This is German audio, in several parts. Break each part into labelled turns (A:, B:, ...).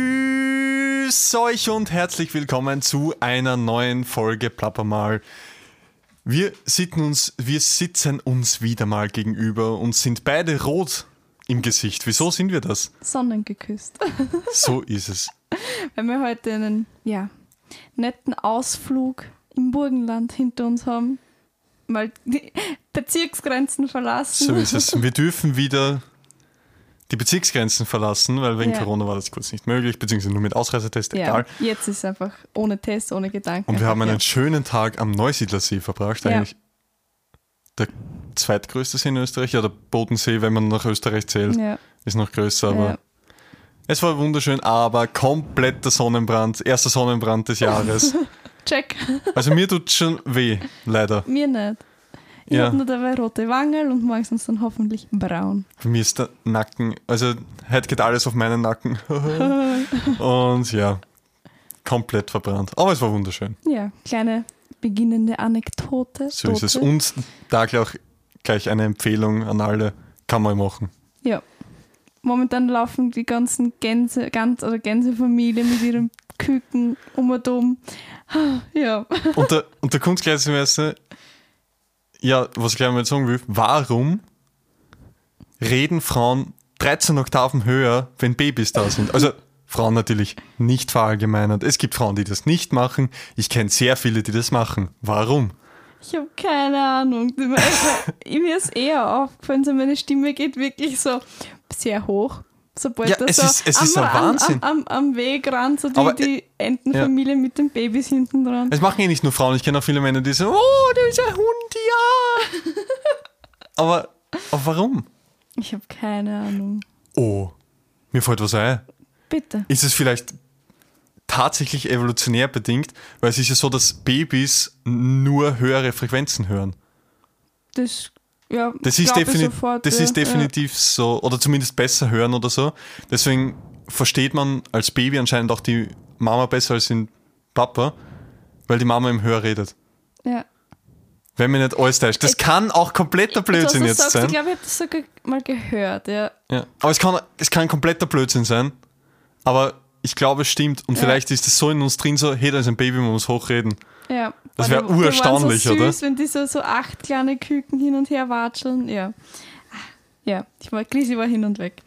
A: Grüß euch und herzlich willkommen zu einer neuen Folge Plapper mal. Wir sitzen uns, wir sitzen uns wieder mal gegenüber und sind beide rot im Gesicht. Wieso sind wir das?
B: Sonnengeküsst.
A: So ist es.
B: Weil wir heute einen ja, netten Ausflug im Burgenland hinter uns haben. Mal die Bezirksgrenzen verlassen.
A: So ist es. Wir dürfen wieder die Bezirksgrenzen verlassen, weil wegen
B: Ja.
A: Corona war das kurz nicht möglich, beziehungsweise nur mit Ausreisetest,
B: Ja,
A: egal.
B: jetzt ist einfach ohne Test, ohne Gedanken.
A: Und wir haben einen
B: einfach,
A: schönen Tag am Neusiedlersee verbracht,
B: Ja.
A: eigentlich der zweitgrößte See in Österreich. Ja, der Bodensee, wenn man nach Österreich zählt,
B: ja.
A: ist noch größer,
B: Ja,
A: aber
B: ja.
A: es war wunderschön, aber kompletter Sonnenbrand, erster Sonnenbrand des Jahres.
B: Check.
A: Also mir tut schon weh, leider.
B: Mir nicht. Ich
A: Ja.
B: habe nur dabei rote Wangen und morgen sind sie dann hoffentlich braun.
A: Bei mir ist der Nacken, also heute geht alles auf meinen Nacken. Und ja, komplett verbrannt. Aber es war wunderschön.
B: Ja, kleine beginnende Anekdote.
A: So ist es.
B: Tote.
A: Und da gleich, auch gleich eine Empfehlung an alle, kann man machen.
B: Ja. Momentan laufen die ganzen Gänse, ganz oder Gänsefamilie mit ihren Küken um und um. Ja.
A: Und der, und der Kunstgrenzen wäre ja, was ich gleich mal sagen will, warum reden Frauen 13 Oktaven höher, wenn Babys da sind? Also Frauen natürlich nicht verallgemeinert. Es gibt Frauen, die das nicht machen. Ich kenne sehr viele, die das machen. Warum?
B: Ich habe keine Ahnung. Mir ist eher aufgefallen, so meine Stimme geht wirklich so sehr hoch. Sobald
A: Ja,
B: das
A: es
B: so
A: ist- es ist
B: am,
A: ein
B: am-
A: Wahnsinn.
B: Am, am, am Wegrand, so die,
A: Aber, äh,
B: die Entenfamilie mit den Babys hinten dran.
A: Es machen ja nicht nur Frauen. Ich kenne auch viele Männer, die so, oh, der ist ein Hund, ja. Aber, aber warum?
B: Ich habe keine Ahnung.
A: Oh, mir fällt was ein.
B: Bitte.
A: ist es vielleicht tatsächlich evolutionär bedingt, weil es ist ja so, dass Babys nur höhere Frequenzen hören.
B: Das, ja,
A: Das ist,
B: glaub ich
A: defini
B: sofort,
A: das
B: ja,
A: ist definitiv so, oder zumindest besser hören oder so. Deswegen versteht man als Baby anscheinend auch die Mama besser als den Papa, weil die Mama im Hör redet.
B: Ja. ja.
A: Wenn mir nicht alles täuscht. Das
B: Ich-
A: kann auch kompletter Blödsinn
B: du
A: jetzt
B: sagst, Ich
A: sein.
B: glaube, ich habe das sogar mal gehört. Ja.
A: Ja. Aber es kann, es kann kompletter Blödsinn sein. Aber ich glaube, es stimmt. Und vielleicht ist es so in uns drin so, hey, da ist ein Baby, man muss hochreden.
B: Ja.
A: Das
B: Boah,
A: wär
B: die- die waren
A: urerstaunlich,
B: so süß,
A: oder?
B: Wenn die so, so acht kleine Küken hin und her watscheln. Ja. Ah, Ja, ich war, Grisi war hin und weg.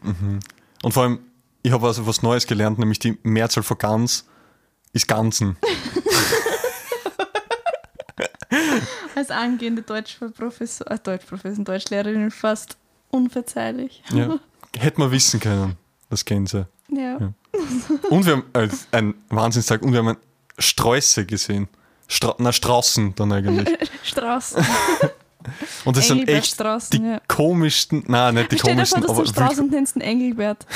A: Und vor allem, ich habe also was Neues gelernt, nämlich die Mehrzahl von ganz ist Ganzen.
B: Als angehende Deutschprofessor, äh, Deutschprofessor, Deutschlehrerin fast unverzeihlich.
A: Ja. Hätte man wissen können, das Gänse.
B: Ja.
A: Ja. Und wir haben äh, einen Wahnsinnstag und wir haben einen Sträuße gesehen. Stra na, Straußen dann eigentlich.
B: Straußen.
A: Und das sind
B: Engelbert
A: echt die
B: Straußen, ja.
A: komischsten, nein, nicht die
B: Stell dir vor,
A: komischsten,
B: dass du
A: aber
B: Strauß
A: wirklich,
B: und nennst ihn Engelbert.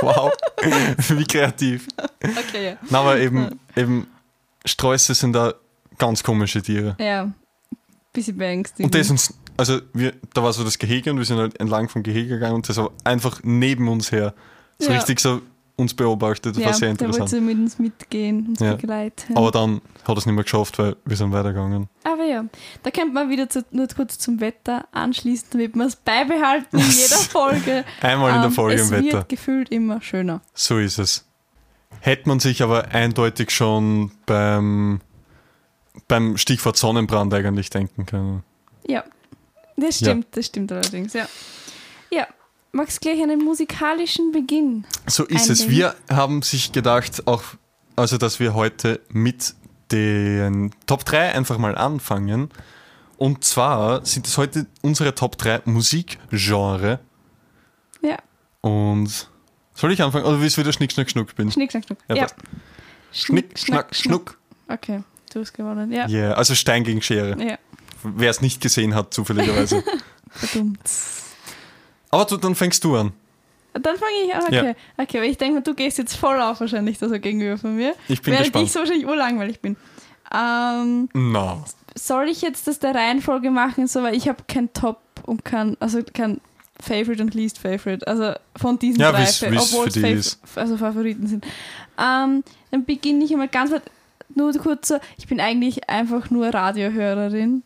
A: wow, wie kreativ.
B: Okay,
A: Na, aber eben, eben Sträuße sind da ganz komische Tiere.
B: ja. Ja. Bisschen
A: Und
B: beängstigend.
A: das uns, also wir, da war so das Gehege und wir sind halt entlang vom Gehege gegangen und das war einfach neben uns her. So
B: Ja.
A: richtig so uns beobachtet, das
B: ja,
A: war sehr
B: Da wollte
A: interessant.
B: sie mit uns mitgehen, uns
A: Ja.
B: begleiten.
A: Aber dann hat es nicht mehr geschafft, weil wir sind weitergegangen.
B: Aber ja, da könnte man wieder zu, nur kurz zum Wetter anschließen, damit wir es beibehalten in jeder Folge.
A: Einmal in der
B: Ähm,
A: Folge im
B: es
A: Wetter.
B: wird gefühlt immer schöner.
A: So ist es. Hätte man sich aber eindeutig schon beim, beim Stichwort Sonnenbrand eigentlich denken können.
B: Ja, das
A: Ja.
B: stimmt, das stimmt allerdings, ja. Ja, magst gleich einen musikalischen Beginn?
A: So ist
B: Ein
A: es.
B: Ding.
A: Wir haben sich gedacht, auch, also dass wir heute mit den Top 3 einfach mal anfangen. Und zwar sind es heute unsere Top 3 Musikgenre.
B: Ja,
A: Und soll ich anfangen? Oder willst du wieder Schnick, Schnack, Schnuck bin?
B: Schnick, Schnack, Schnuck.
A: Ja,
B: Ja.
A: passt. Schnick, Schnack, Schnuck.
B: Okay, du hast gewonnen, ja.
A: Yeah, also Stein gegen Schere.
B: Ja,
A: Wer es nicht gesehen hat, zufälligerweise.
B: verdammt.
A: Aber du, dann fängst du an.
B: Dann fange ich an, okay. Okay, weil ich denke, du gehst jetzt voll auf wahrscheinlich, da so gegenüber von mir.
A: Ich bin
B: während
A: gespannt.
B: ich so wahrscheinlich urlangweilig bin. Ähm,
A: Na,
B: soll ich jetzt das der Reihenfolge machen, so weil ich habe kein Top und kein, also kein Favorite und Least Favorite, also von diesen
A: Ja,
B: drei,
A: wie's-
B: Fa-
A: wie's
B: obwohl
A: für
B: es
A: die
B: Fav-
A: ist.
B: also Favoriten sind. Ähm, dann beginne ich einmal ganz weit, nur kurz so, ich bin eigentlich einfach nur Radiohörerin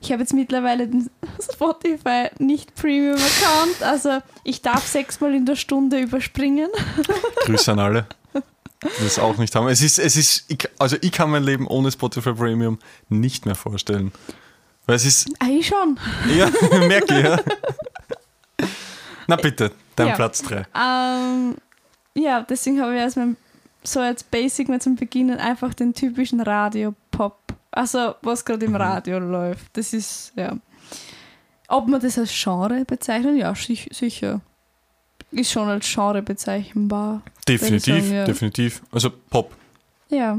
B: Ich habe jetzt mittlerweile den Spotify nicht Premium-Account, also ich darf sechsmal in der Stunde überspringen.
A: Grüße an alle, die das auch nicht haben. Es ist, es ist, ich, also ich kann mein Leben ohne Spotify Premium nicht mehr vorstellen. Weil es ist,
B: Eigentlich Ah, eh schon.
A: ja, merke ich, ja. Na bitte, dein
B: Ja.
A: Platz 3.
B: Ähm, ja, deswegen habe ich als mein, so als Basic mal zum Beginnen einfach den typischen Radio-Pop. Also, was gerade
A: Mhm.
B: im Radio läuft. Das ist, ja. Ob man das als Genre bezeichnet? Ja, sich, sicher. Ist schon als Genre bezeichnbar. Würde ich
A: Definitiv,
B: sagen, ja.
A: definitiv. Also Pop.
B: Ja.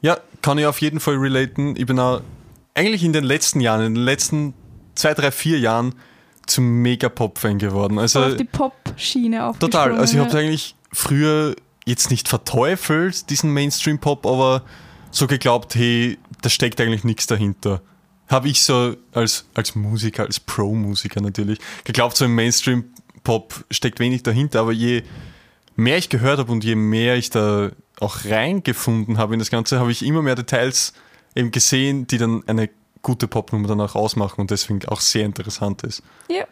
A: Ja, kann ich auf jeden Fall relaten. Ich bin auch eigentlich in den letzten Jahren, in den letzten zwei, drei, vier Jahren zum Mega-Pop-Fan geworden. Also
B: auf die Pop-Schiene aufgesprungen.
A: Total. Also ich habe
B: ja.
A: eigentlich früher jetzt nicht verteufelt, diesen Mainstream-Pop, aber so geglaubt, hey, da steckt eigentlich nichts dahinter. Habe ich so als, als Musiker, als Pro-Musiker natürlich, geglaubt, so im Mainstream-Pop steckt wenig dahinter, aber je mehr ich gehört habe und je mehr ich da auch reingefunden habe in das Ganze, habe ich immer mehr Details eben gesehen, die dann eine gute Popnummer dann auch ausmachen und deswegen auch sehr interessant ist.
B: ja.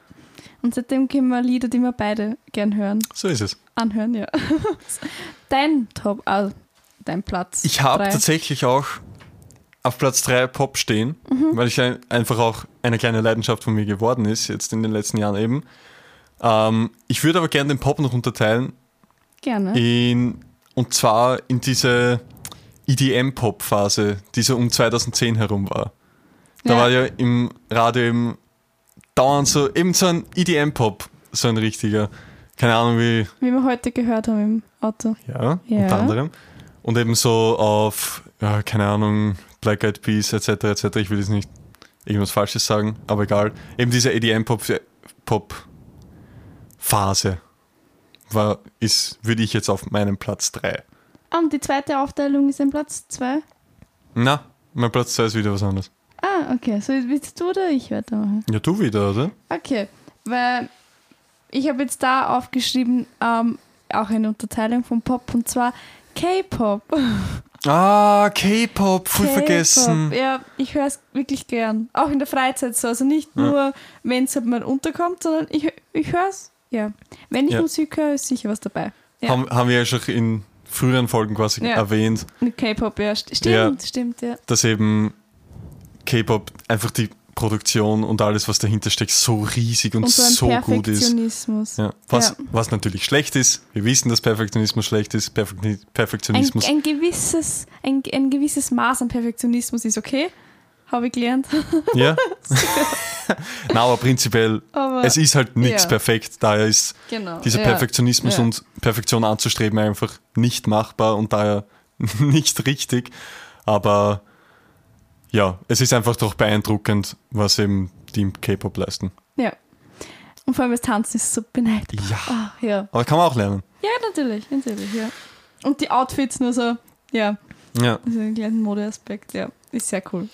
B: Und seitdem können wir Lieder, die wir beide gern hören.
A: So ist es.
B: Anhören, ja. dein Top, also dein Platz.
A: Ich habe
B: drei.
A: tatsächlich auch auf Platz 3 Pop stehen,
B: Mhm.
A: weil ich ein, einfach auch eine kleine Leidenschaft von mir geworden ist, jetzt in den letzten Jahren eben. Ähm, ich würde aber gerne den Pop noch unterteilen
B: Gerne.
A: in, und zwar in diese EDM-Pop-Phase, die so um 2010 herum war. Da
B: Ja.
A: war ja im Radio eben dauernd so, eben so ein EDM-Pop, so ein richtiger. Keine Ahnung wie,
B: Wie wir heute gehört haben im Auto.
A: ja,
B: Ja.
A: unter anderem. Und eben so auf, ja, keine Ahnung, Black Eyed Peas etc. etc. Ich will jetzt nicht irgendwas Falsches sagen, aber egal. Eben diese E EDM-Pop-Phase war, ist, würde ich jetzt auf meinem Platz 3.
B: Ah, Und die zweite Aufteilung ist ein Platz 2.
A: Na, mein Platz 2 ist wieder was anderes.
B: Ah, okay. So willst du oder ich weitermachen?
A: Ja, du wieder, oder?
B: Okay, weil ich habe jetzt da aufgeschrieben, ähm, auch eine Unterteilung von Pop und zwar K-Pop.
A: Ah, K-Pop, voll
B: K-Pop.
A: vergessen.
B: Ja, ich höre es wirklich gern. Auch in der Freizeit so. Also nicht nur, wenn es halt mal unterkommt, sondern ich, ich höre es. Ja. Wenn ich
A: Ja.
B: Musik höre, ist sicher was dabei. Ja.
A: Haben, haben wir ja schon in früheren Folgen quasi
B: Ja.
A: erwähnt.
B: Mit K-Pop, ja. st-
A: Ja.
B: Stimmt, stimmt, ja.
A: dass eben K-Pop einfach die Produktion und alles, was dahinter steckt, so riesig und,
B: Und so ein
A: so gut ist.
B: Perfektionismus.
A: Ja, was,
B: Ja.
A: was natürlich schlecht ist. Wir wissen, dass Perfektionismus schlecht ist. Perfekti-
B: ein,
A: Perfektionismus.
B: ein, gewisses, ein, ein gewisses Maß an Perfektionismus ist okay, habe ich gelernt.
A: ja? Na, aber prinzipiell,
B: Aber
A: es ist halt nichts
B: Ja.
A: perfekt. Daher ist
B: genau.
A: dieser
B: ja.
A: Perfektionismus
B: Ja.
A: und Perfektion anzustreben einfach nicht machbar und daher nicht richtig. Aber ja, es ist einfach doch beeindruckend, was eben die im K-Pop leisten.
B: Ja. Und vor allem das Tanzen ist so beneidbar.
A: Ja.
B: Ah, ja.
A: Aber kann man auch lernen.
B: ja, natürlich, natürlich, ja. Und die Outfits nur so, ja,
A: Ja.
B: so ein kleiner Modeaspekt, ja. Ist sehr cool.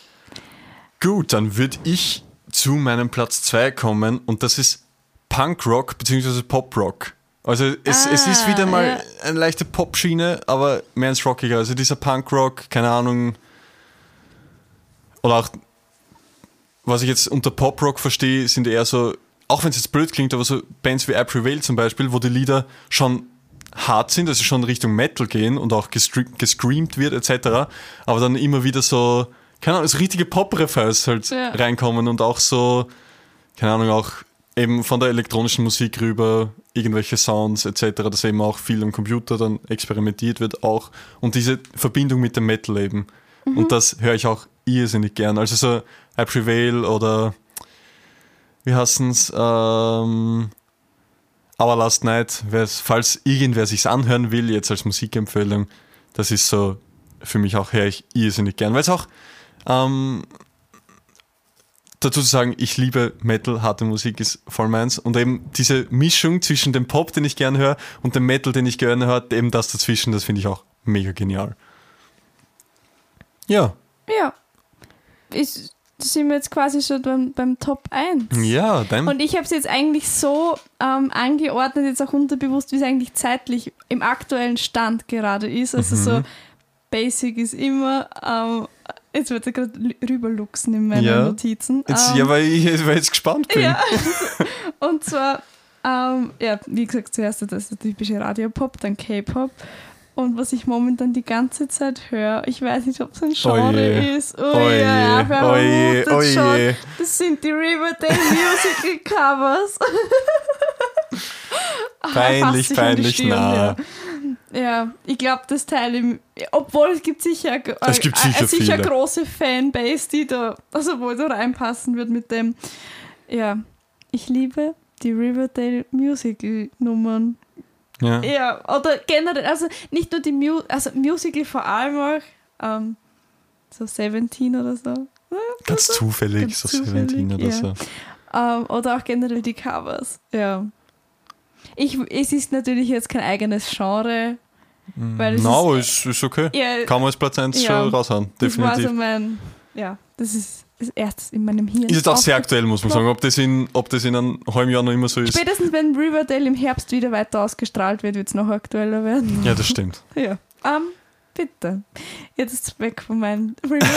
A: Gut, dann würde ich zu meinem Platz 2 kommen und das ist Punkrock bzw. Poprock. Also es, es ist
B: Ah,
A: wieder mal
B: ja.
A: eine leichte Popschiene, aber mehr ins Rockige. Also dieser Punkrock, keine Ahnung. Oder auch, was ich jetzt unter Poprock verstehe, sind eher so, auch wenn es jetzt blöd klingt, aber so Bands wie I Prevail zum Beispiel, wo die Lieder schon hart sind, also schon Richtung Metal gehen und auch gestre gestreamt wird etc. Aber dann immer wieder so, keine Ahnung, so richtige Pop-Refers halt
B: Ja.
A: reinkommen und auch so, keine Ahnung, auch eben von der elektronischen Musik rüber, irgendwelche Sounds etc., dass eben auch viel am Computer dann experimentiert wird auch und diese Verbindung mit dem Metal eben. Und das höre ich auch irrsinnig gern. Also so I Prevail oder wie heißen's? Ähm, Our Last Night, wer's, falls irgendwer sich's anhören will, jetzt als Musikempfehlung, das ist so für mich auch, höre ich irrsinnig gern. Weil es auch, ähm, dazu zu sagen, ich liebe Metal, harte Musik ist voll meins. Und eben diese Mischung zwischen dem Pop, den ich gern höre, und dem Metal, den ich gerne höre, eben das dazwischen, das finde ich auch mega genial. Ja.
B: Ja. Ist, sind wir jetzt quasi schon beim, beim Top 1.
A: Ja, dein.
B: Und ich habe es jetzt eigentlich so ähm, angeordnet, jetzt auch unterbewusst, wie es eigentlich zeitlich
A: Mhm.
B: im aktuellen Stand gerade ist. Also so Basic ist immer ähm, Jetzt wird er gerade rüberluchsen in meinen
A: Ja.
B: Notizen.
A: Jetzt,
B: Ähm,
A: ja, weil ich jetzt, weil ich jetzt gespannt bin.
B: Ja. Und zwar, ähm, ja, wie gesagt, zuerst das ist der typische Radiopop, dann K-Pop. Und was ich momentan die ganze Zeit höre, ich weiß nicht, ob es ein Genre
A: Oje.
B: ist.
A: Oje,
B: Oh ja, wer
A: oje,
B: vermutet schon?
A: oje.
B: Das sind die Riverdale Musical Covers. Ah,
A: Peinlich,
B: fass dich an die
A: peinlich,
B: Stirn,
A: na.
B: Ja. ja, ich glaube, das Teil im. Obwohl es gibt sicher, äh,
A: Es gibt sicher
B: äh, sicher
A: viele.
B: große Fanbase, die da, also wo da reinpassen wird mit dem. Ja, ich liebe die Riverdale Musical Nummern.
A: Ja.
B: Ja, oder generell, also nicht nur die Mu also Musical vor allem auch, ähm, so 17 oder so.
A: Ganz zufällig,
B: Ganz
A: so
B: zufällig,
A: 17 oder
B: ja.
A: so.
B: Ähm, oder auch generell die Covers, ja. Ich, es ist natürlich jetzt kein eigenes Genre, weil es
A: No,
B: ist,
A: Mm, ist, ist okay.
B: ja,
A: Kann man als Platz 1
B: Ja.
A: schon raushauen,
B: das war
A: definitiv.
B: so mein, ja, das ist, ist erst in meinem Hirn.
A: Ist jetzt auch sehr
B: aufge-
A: aktuell, muss man sagen. Ob das in, ob das in einem halben Jahr noch immer so ist.
B: Spätestens wenn Riverdale im Herbst wieder weiter ausgestrahlt wird, wird es noch aktueller werden.
A: Ja, das stimmt.
B: Ja. Ähm, bitte. Jetzt ist es weg von meinen Riverdale.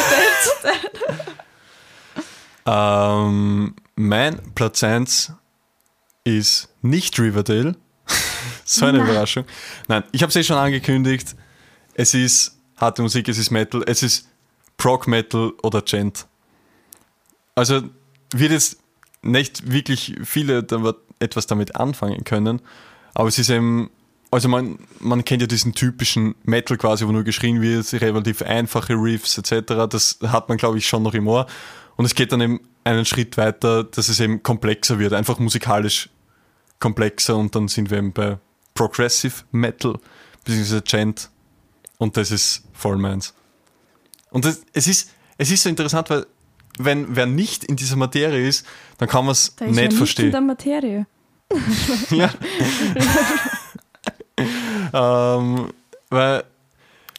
A: Ähm, mein Platz 1 ist nicht Riverdale. so eine
B: Nein.
A: Überraschung. Nein, ich habe es eh schon angekündigt. Es ist harte Musik, es ist Metal, es ist Prog Metal oder Gent. Also wird jetzt nicht wirklich viele da- etwas damit anfangen können, aber es ist eben, also man, man kennt ja diesen typischen Metal quasi, wo nur geschrien wird, relativ einfache Riffs etc. Das hat man, glaube ich, schon noch im Ohr. Und es geht dann eben einen Schritt weiter, dass es eben komplexer wird, einfach musikalisch komplexer und dann sind wir eben bei Progressive Metal bzw. Gent und das ist voll meins. Und das, es, ist, es ist so interessant, weil wenn wer nicht in dieser Materie ist, dann kann man es
B: Da ist ja
A: nicht
B: nichts in
A: verstehen.
B: der Materie.
A: Ja. ähm, weil,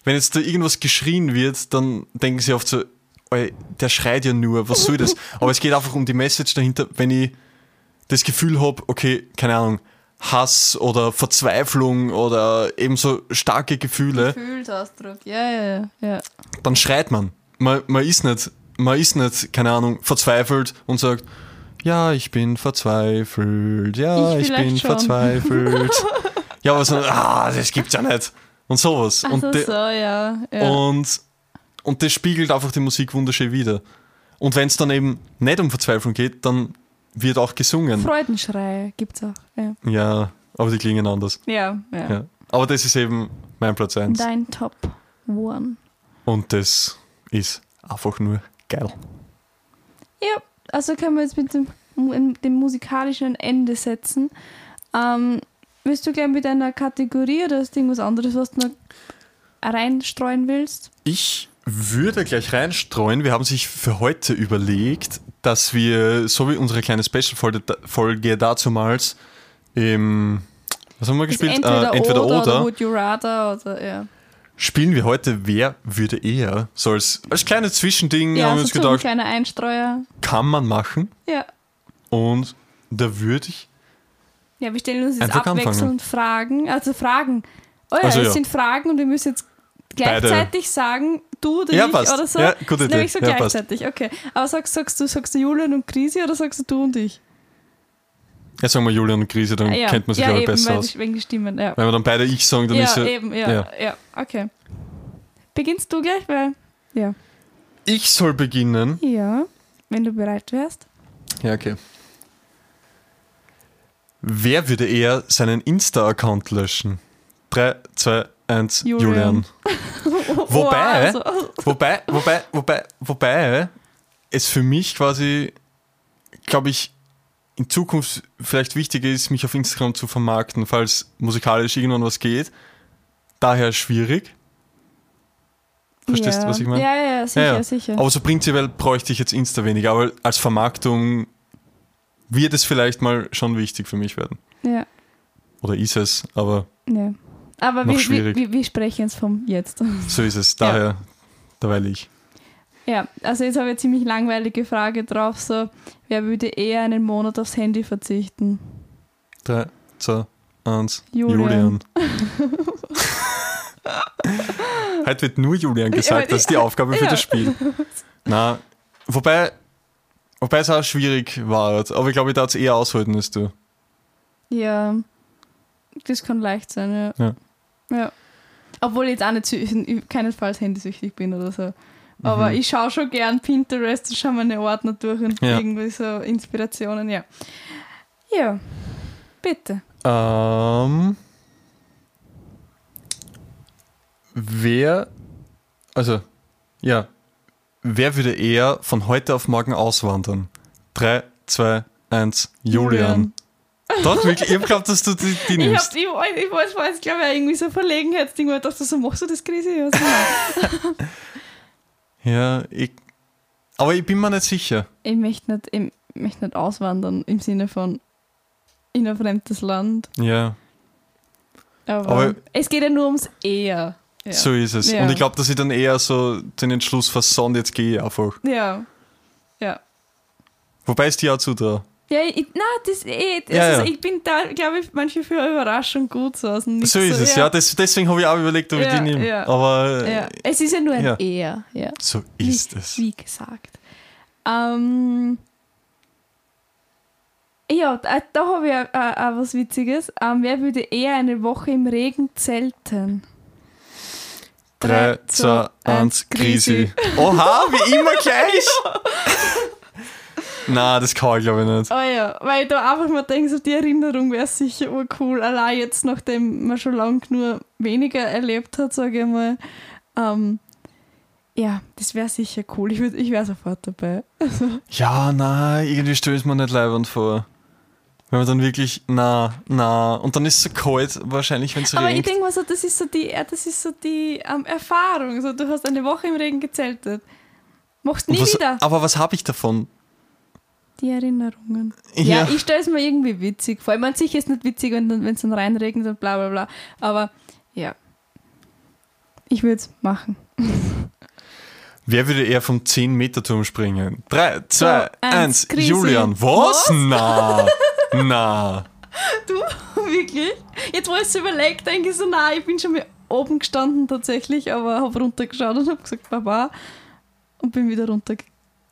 A: wenn jetzt da irgendwas geschrien wird, dann denken sie oft so, "Ey, der schreit ja nur, was soll das? Aber es geht einfach um die Message dahinter, wenn ich das Gefühl habe, okay, keine Ahnung, Hass oder Verzweiflung oder eben so starke Gefühle,
B: Gefühlsausdruck, ja, ja, ja.
A: dann schreit man. Man, man ist nicht, man ist nicht, keine Ahnung, verzweifelt und sagt, ja, ich bin verzweifelt, ja,
B: Ich
A: ich,
B: vielleicht
A: bin
B: schon."
A: verzweifelt. ja, aber so, ah, das gibt's ja nicht. Und sowas.
B: Ach
A: und,
B: so,
A: de-
B: so, ja. ja.
A: und, und das spiegelt einfach die Musik wunderschön wider. Und wenn es dann eben nicht um Verzweiflung geht, dann wird auch gesungen.
B: Freudenschreie gibt's auch. Ja,
A: ja, aber die klingen anders.
B: ja. ja.
A: Ja. Aber das ist eben mein Platz 1.
B: Dein Top One.
A: Und das ist einfach nur geil.
B: Ja, also können wir jetzt mit dem, mu- dem musikalischen ein Ende setzen. Ähm, willst du gleich mit einer Kategorie oder ist irgendwas anderes, was du noch reinstreuen willst?
A: Ich würde gleich reinstreuen. Wir haben sich für heute überlegt, dass wir, so wie unsere kleine Special-Folge Folge dazumals, im, was haben wir
B: Ist
A: gespielt?
B: Also entweder,
A: äh, entweder oder,
B: oder, oder Would You Rather oder ja.
A: spielen wir heute Wer würde eher? So als, als kleines Zwischending
B: Ja,
A: haben wir
B: so
A: uns
B: zum
A: gedacht,
B: kleiner Einstreuer.
A: kann man machen.
B: Ja.
A: Und da würde ich,
B: Ja, wir stellen uns jetzt
A: Einfach anfangen.
B: abwechselnd Fragen. Also Fragen. Oh ja,
A: Also
B: es
A: ja.
B: sind Fragen und wir müssen jetzt gleichzeitig sagen, du oder
A: Ja,
B: ich
A: passt.
B: oder so.
A: Ja, gute
B: das ist nämlich so
A: Idee. Ja, passt.
B: gleichzeitig, okay. Aber sagst, sagst du, sagst du Julian und Krisi oder sagst du du und ich?
A: jetzt sagen wir Julian und Krise, dann
B: Ah, ja.
A: kennt man sich,
B: ja,
A: glaube ich,
B: eben,
A: besser
B: weil
A: aus.
B: die- Wegen die Stimmen, ja.
A: Wenn wir dann beide ich sagen, dann ist
B: Ja,
A: ja.
B: eben, ja, ja.
A: ja.
B: okay. Beginnst du gleich, weil. Ja.
A: Ich soll beginnen.
B: Ja, wenn du bereit wärst.
A: Ja, okay. Wer würde eher seinen Insta-Account löschen? 3, 2, 1,
B: Julian.
A: Julian. Wobei-
B: also,
A: Wobei, wobei, wobei, wobei es für mich quasi, glaube ich, in Zukunft vielleicht wichtiger ist, mich auf Instagram zu vermarkten, falls musikalisch irgendwann was geht. Daher schwierig. Verstehst du,
B: ja.
A: was ich meine?
B: Ja, ja, ja, sicher,
A: Ja, ja.
B: sicher.
A: Aber so prinzipiell bräuchte ich jetzt Insta weniger, aber als Vermarktung wird es vielleicht mal schon wichtig für mich werden.
B: ja.
A: Oder ist es, aber
B: Nee. Aber
A: Noch
B: wir, wir,
A: schwierig.
B: wir, wir sprechen jetzt vom Jetzt.
A: so ist es. Daher, derweil ich.
B: Ja, also jetzt habe ich eine ziemlich langweilige Frage drauf, so, wer würde eher einen Monat aufs Handy verzichten?
A: 3, 2, 1,
B: Julian.
A: Julian. Heute wird nur Julian gesagt, das ist die Aufgabe für
B: Ja.
A: das Spiel. Na, wobei, wobei es auch schwierig war, aber ich glaube, ich darf es eher aushalten als du.
B: Ja, das kann leicht sein, ja.
A: Ja.
B: Ja. Obwohl ich jetzt auch nicht sü- keinesfalls handysüchtig bin oder so.
A: Mhm.
B: Aber ich schaue schon gern Pinterest und schaue meine Ordner durch und
A: Ja.
B: irgendwie so Inspirationen, ja. Ja, bitte.
A: Ähm, wer, also, ja, wer würde eher von heute auf morgen auswandern? 3, 2, 1, Julian. Dort wirklich, ich hab geglaubt, dass du die, die
B: Ich,
A: nimmst.
B: hab, ich, wollt- ich wollte war jetzt, glaube ich, auch irgendwie so Verlegenheitsding, weil ich dachte, so machst du das, Krise? Ja, so, nein.
A: Ja, ich, aber ich bin mir nicht sicher.
B: ich, möchte nicht, ich möchte nicht auswandern im Sinne von in ein fremdes Land.
A: Ja,
B: Aber,
A: Aber-
B: es geht ja nur ums Eher. Ja.
A: so ist es.
B: Ja.
A: Und ich glaube, dass ich dann eher so den Entschluss versandt, jetzt gehe ich einfach.
B: ja. Ja.
A: Wobei es dir auch zutraue.
B: Ja, ich, na, das, eh, das
A: Ja,
B: ist,
A: ja.
B: ich bin da, glaube ich, manchmal für eine Überraschung gut so aus dem Nix.
A: So ist es, ja. des- deswegen habe ich auch überlegt, ob ich
B: Ja,
A: die nehme.
B: ja.
A: Aber äh,
B: ja. Es ist ja nur ein
A: Ja.
B: Eher, ja.
A: so ist
B: wie,
A: es.
B: Wie gesagt. Ähm, ja, da, da habe ich auch, auch, auch was Witziges. Ähm, wer würde eher eine Woche im Regen zelten?
A: 3, 2, 1,
B: Krisi.
A: Krisi. Oha, wie immer gleich. Na, das kann ich glaube ich nicht.
B: Oh ja, weil ich da einfach mal denke, so die Erinnerung wäre sicher urcool. Allein jetzt, nachdem man schon lange nur weniger erlebt hat, sage ich mal. Ähm, ja, das wäre sicher cool. Ich, würd- ich wäre sofort dabei.
A: Ja, na, irgendwie stößt man nicht leibend vor. Wenn man dann wirklich, na, na, und dann ist es so kalt, wahrscheinlich, wenn es
B: Aber ich
A: regnet.
B: denke mal so, das ist so die, äh, das ist so die ähm, Erfahrung. So, du hast eine Woche im Regen gezeltet. Machst nie
A: Und was, Ah.
B: wieder.
A: aber was habe ich davon?
B: Die Erinnerungen. Ja,
A: Ja.
B: ich stelle es mir irgendwie witzig vor. Ich meine, sicher ist es nicht witzig, wenn es dann reinregnet und bla bla bla. Aber ja, ich würde es machen.
A: Wer würde eher vom 10-Meter-Turm springen? 3, 2,
B: eins,
A: 1,
B: Krisi.
A: Julian. Was? Na, na.
B: Wirklich? Jetzt, wo ich es überlegt, denke ich so, nein, ich bin schon mal oben gestanden tatsächlich, aber habe runtergeschaut und habe gesagt, Baba. Und bin wieder runtergegangen.